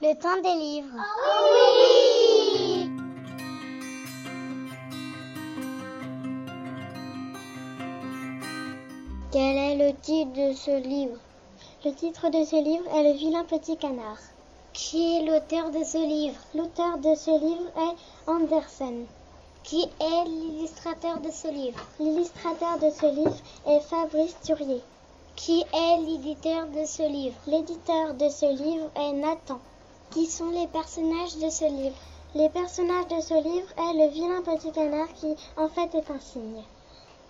le temps des livres. Oh oui Quel est le titre de ce livre Le titre de ce livre est Le vilain petit canard. Qui est l'auteur de ce livre L'auteur de ce livre est Andersen. Qui est l'illustrateur de ce livre L'illustrateur de ce livre est Fabrice Turier. Qui est l'éditeur de ce livre L'éditeur de ce livre est Nathan. Qui sont les personnages de ce livre Les personnages de ce livre est le vilain petit canard qui en fait est un cygne.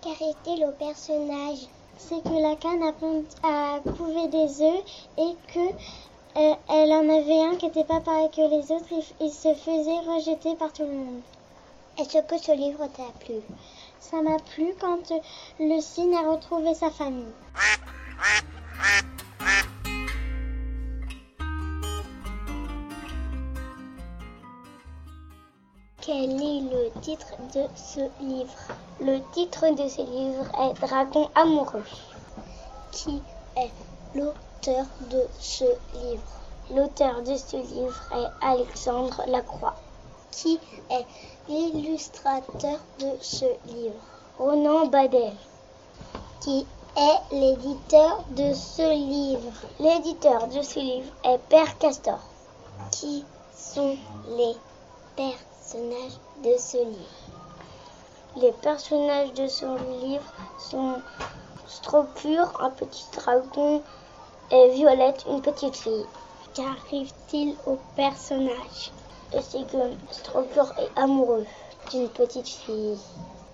Car était le personnage C'est que la canne a, pon- a couvé des œufs et que euh, elle en avait un qui n'était pas pareil que les autres. Il, f- il se faisait rejeter par tout le monde. Est-ce que ce livre t'a plu Ça m'a plu quand euh, le cygne a retrouvé sa famille. Quel est le titre de ce livre Le titre de ce livre est Dragon amoureux. Qui est l'auteur de ce livre L'auteur de ce livre est Alexandre Lacroix. Qui est l'illustrateur de ce livre Ronan Badel. Qui est l'éditeur de ce livre L'éditeur de ce livre est Père Castor. Qui sont les personnages de ce livre. Les personnages de ce livre sont Stropure, un petit dragon, et Violette, une petite fille. Qu'arrive-t-il au personnage C'est que Stropure est amoureux d'une petite fille.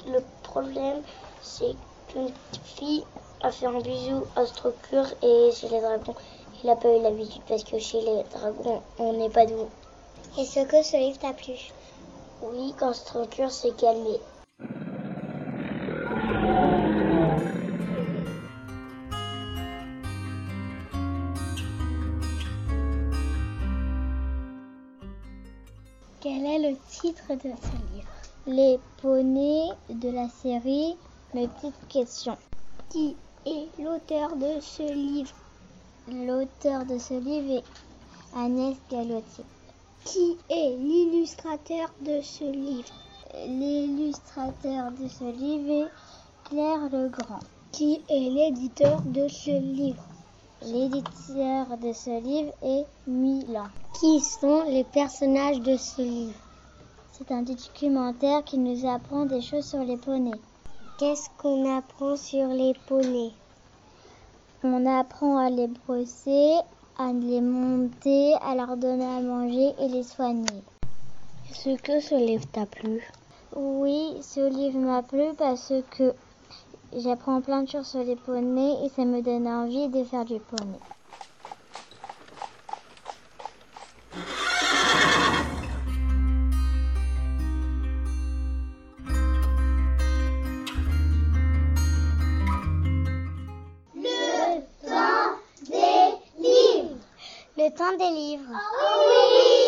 Le problème, c'est qu'une petite fille a fait un bisou à Stropure et chez les dragons, il n'a pas eu l'habitude parce que chez les dragons, on n'est pas doux. Est-ce que ce livre t'a plu Oui, quand Structure s'est calmé. Quel est le titre de ce livre Les poneys de la série Le titre question. Qui est l'auteur de ce livre L'auteur de ce livre est Agnès Gallotier. Qui est l'illustrateur de ce livre Euh, L'illustrateur de ce livre est Claire Legrand. Qui est l'éditeur de ce livre L'éditeur de ce livre est Milan. Qui sont les personnages de ce livre C'est un documentaire qui nous apprend des choses sur les poneys. Qu'est-ce qu'on apprend sur les poneys on apprend à les brosser, à les monter, à leur donner à manger et les soigner. Est-ce que ce livre t'a plu Oui, ce livre m'a plu parce que j'apprends plein de choses sur les poneys et ça me donne envie de faire du poney. Le temps des livres. oui